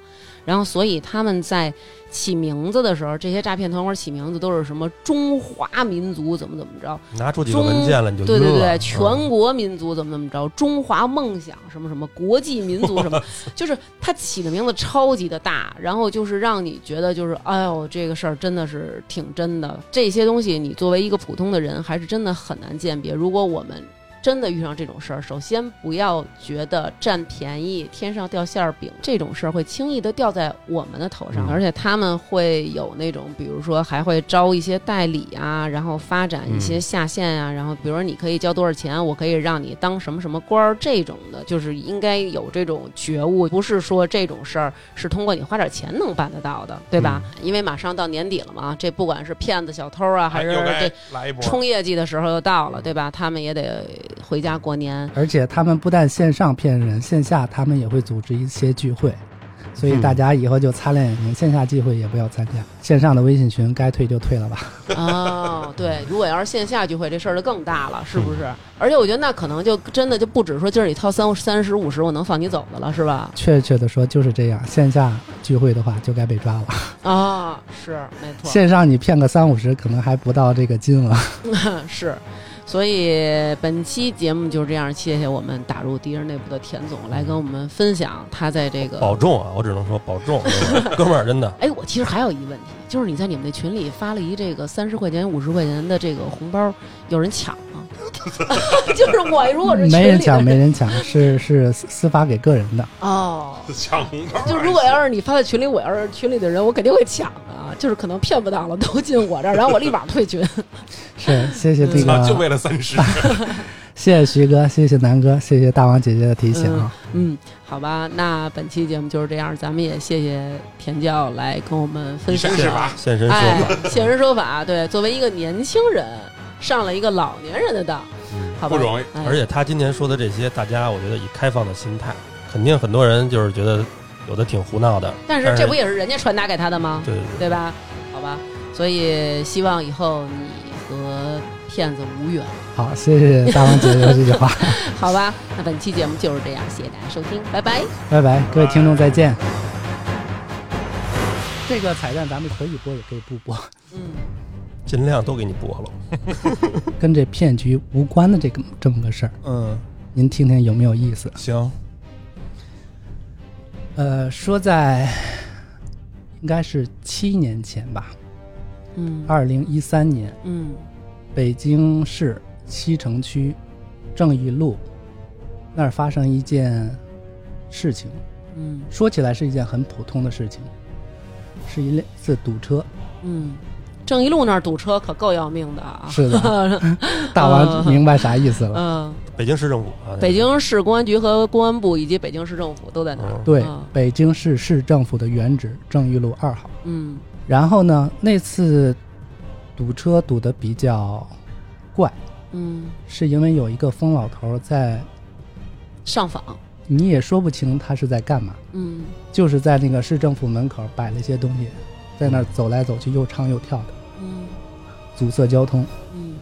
然后所以他们在起名字的时候，这些诈骗团伙起名字都是什么中华民族怎么怎么着，拿出几个文件来你就对对晕了对，嗯全国民族怎么怎么着，中华梦想什么什么，国际民 族什么，就是他起的名字超级的大，然后就是让你觉得就是哎呦，这个事儿真的是挺真的。这些东西你作为一个普通的人，还是真的很难鉴别。如果我们真的遇上这种事儿，首先不要觉得占便宜、天上掉馅儿饼这种事儿会轻易的掉在我们的头上，嗯而且他们会有那种，比如说还会招一些代理啊，然后发展一嗯些下线啊，然后比如说你可以交多少钱，我可以让你当什么什么官儿这种的，就是应该有这种觉悟，不是说这种事儿是通过你花点钱能办得到的，对嗯吧？因为马上到年底了嘛，这不管是骗子、小偷啊，还哎是又这该来一波冲业绩的时候又到了，对吧？他们也得回 家过年。而且他们不但线上骗人，线下他们也会组织一些聚会，所以大家以后就擦亮眼睛，线下聚会也不要参加，线上的微信群该退就退了吧。哦，对，如果要是线下聚会，这事儿就更大了，是不是？而且我觉得那可能就真的就不止说今儿你掏三三十五十，我能放你走的了，是吧？ 确切的说就是这样，线下聚会的话就该被抓了，啊、是没错。线上你骗个三五十可能还不到这个金额。 是，所以本期节目就是这样，谢谢我们打入敌人内部的田总来跟我们分享他在这个。保重啊！我只能说保重， 哥们儿，真的哎，我其实还有一问题，就是你在你们那群里发了一这个三十块钱、五十块钱的这个红包，有人抢吗？ 就是我如果是群嗯里的没人抢，没人抢，是是私私发给个人的。哦，抢红包就如果要是你发在群里，我要是群里的人，我肯定会抢啊，就是可能骗不到了，都进我这儿，然后我立马退群。 是，谢嗯谢这操啊就个，为了三十，谢谢徐哥，谢谢南哥，谢谢大王姐姐的提醒啊。嗯，好吧，那本期节目就是这样，咱们也谢谢田教来跟我们分你享三。十吧。现身说哎法，，现身说法，对，作为一个年轻人上了一个老年人的当，嗯好吧，不容易哎而且他今年说的这些，大家我觉得以开放的心态，肯定很多人就是觉得有的挺胡闹的，但是是这不也是人家传达给他的吗？对对对吧？好吧，所以希望以后你和骗子无缘，好，谢谢大王姐姐的这句话，好吧？那本期节目就是这样，谢谢大家收听，拜拜。拜拜，各位听众再 见。这个彩蛋咱们可以播也可以不播，嗯。尽量都给你播了。跟这骗局无关的这个这么个事儿，嗯，您听听有没有意思？行，呃，说在应该是七年前吧，嗯二零一三年，嗯北京市西城区正义路那儿发生一件事情，嗯说起来是一件很普通的事情，是一次堵车。嗯，正义路那儿堵车可够要命的啊！是哎的， 大王明白啥意思了。嗯，北京市政府啊，北京市公安局和公安部以及北京市政府都在那儿。嗯对嗯，北京市市政府的原址正义路二号。嗯然后呢，那次堵车堵得比较怪，嗯，是因为有一个疯老头在，上访。你也说不清他是在干嘛，嗯就是在那个市政府门口摆了一些东西，在那儿走来走去，又唱又跳的，嗯阻塞交通。嗯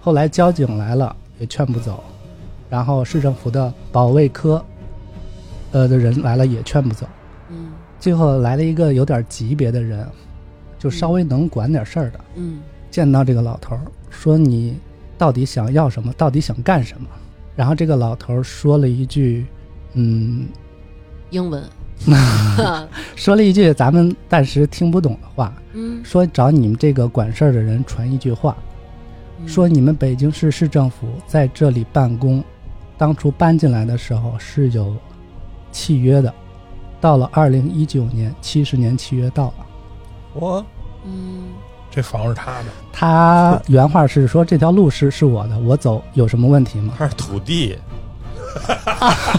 后来交警来了也劝不走，然后市政府的保卫科，呃的人来了也劝不走。嗯最后来了一个有点级别的人，就稍微能管点事儿的，嗯见到这个老头儿说：“你到底想要什么？到底想干什么？”然后这个老头儿说了一句：“嗯，英 文。 说了一句咱们暂时听不懂的话，嗯，说找你们这个管事儿的人传一句话，嗯说你们北京市市政府在这里办公，当初搬进来的时候是有契约的，到了二零一九年，七十年契约到了。”我嗯这房是他的，他原话是说：“这条路是是我的，我走有什么问 题吗它是土地，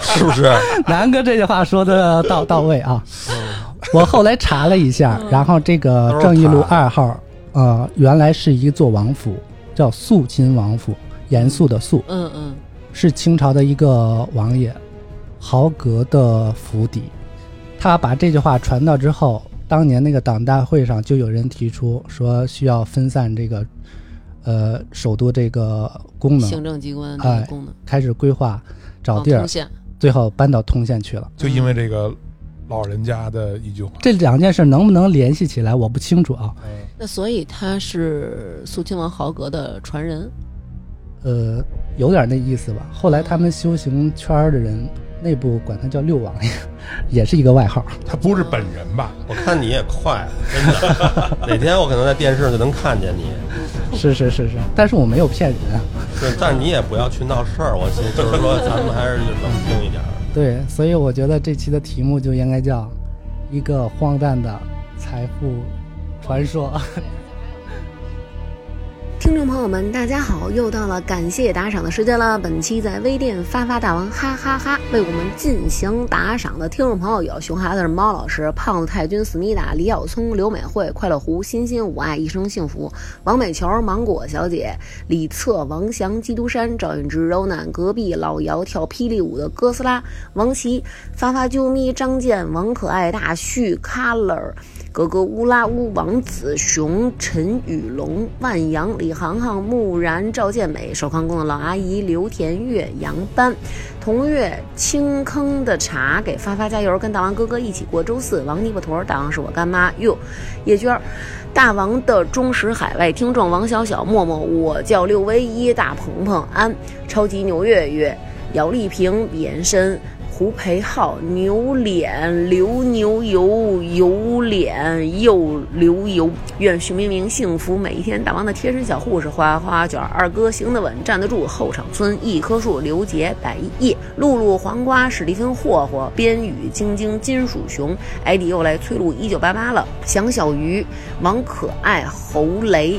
是 不是？？”南哥这句话说的到到位啊！我后来查了一下，然后这个正义路二号，呃，原来是一座王府，叫肃亲王府，严肃的肃，嗯嗯是清朝的一个王爷豪格的府邸。他把这句话传到之后，当年那个党大会上就有人提出说需要分散这个，呃，首都这个功能，行政机关的功能，开始规划找哦地儿通，县最后搬到通县去了。就因为这个老人家的一句话。这两件事能不能联系起来，我不清楚啊。嗯那所以他是肃亲王豪格的传人。呃，有点那意思吧。后来他们修行圈儿的人内部管他叫六王爷，也是一个外号。他不是本人吧？我看你也快，真的。哪天我可能在电视就能看见你， 是是是是，但是我没有骗人啊。是，但是你也不要去闹事儿。我心就是说，咱们还是冷静一点儿。对，所以我觉得这期的题目就应该叫“一个荒诞的财富传说”。这听众朋友们，大家好！又到了感谢打赏的时间了。本期在微店发发大王哈哈哈为我们进行打赏的听众朋友有：熊孩子、猫老师、胖子太君、思密达、李小聪、刘美惠、快乐狐、欣欣、我爱一生幸福、王美球、芒果小姐、李策、王翔、基督山、赵允之、柔南、隔壁老姚跳霹雳舞的哥斯拉、王琦、发发啾咪、张健、王可爱、大旭、Color。格格乌拉乌、王子雄、陈宇龙、万阳、李航航、木然、赵健美、手康工的老阿姨、刘田月、杨帆、同月、青坑的茶给发发加油，跟大王哥哥一起过周四。王泥巴坨儿，大王是我干妈哟，叶娟儿，大王的忠实海外听众王小小、默默，我叫六唯一，大鹏鹏安，超级牛月月、姚丽萍、李延伸。胡培浩、牛脸、刘牛油、油脸又流油。愿徐明明幸福每一天。大王的贴身小护士花花卷，二哥行得稳，站得住。后场村一棵树，刘杰、百叶、露露、黄瓜、史蒂芬、霍霍、边宇、晶晶、金属熊、艾迪又来催录一九八八了。翔小鱼、王可爱、侯雷。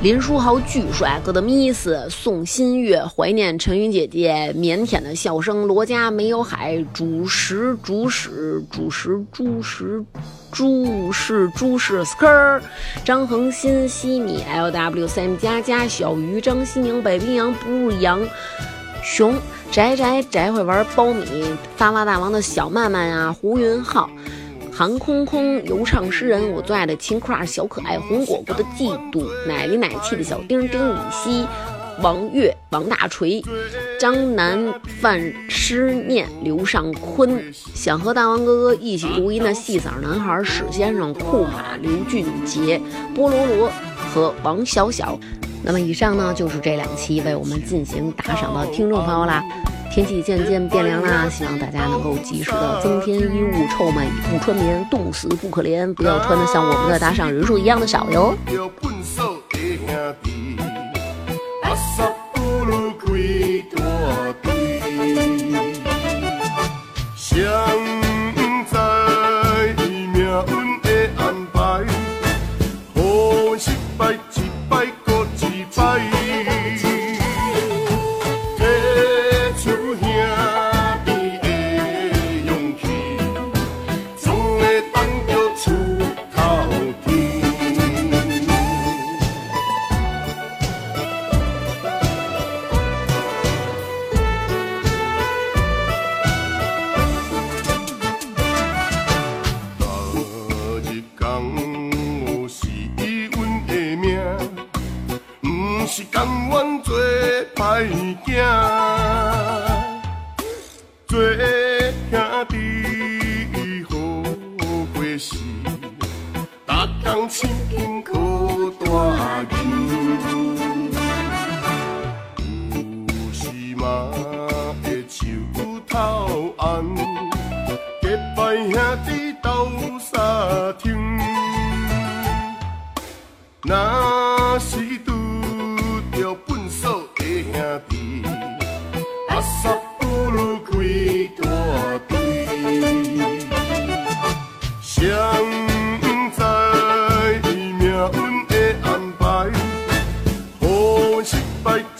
林书豪巨帅，戈德米斯，宋新月怀念陈云姐姐腼腆的笑声，罗家没有海，主食主食主食主食猪是猪是 sk，儿张恒新西米 lw sam 加加小鱼张西宁北冰洋不是羊。熊宅宅宅会玩苞米，发发大王的小曼曼啊，胡云浩。韩空空，游唱诗人，我最爱的秦块儿小可爱，红果果的嫉妒，奶里奶气的小丁丁禹兮，王月，王大锤，张楠，范诗念，刘尚坤，想和大王哥哥一起录音的细嗓男孩史先生，库马，刘俊杰，菠萝萝和王小小。那么以上呢，就是这两期为我们进行打赏的听众朋友啦。天气渐渐变凉啦，希望大家能够及时的增添衣物，臭美不穿棉，冻死不可怜，不要穿的像我们的打赏人数一样的少哟。有本事的兄弟，阿萨不如开大地。谁不知伊命运的安排，好失败一摆搁一摆。提出兄弟的勇气，总会等到出头天。昨日讲有是伊阮的命，毋是甘愿做歹囝，做兄弟好过是，逐工亲近靠大牛。有时嘛会手头红，结拜兄弟斗相挺。若是拄着粪扫的兄弟，阿萨不如开大队。谁不知伊命运的安排？好失败一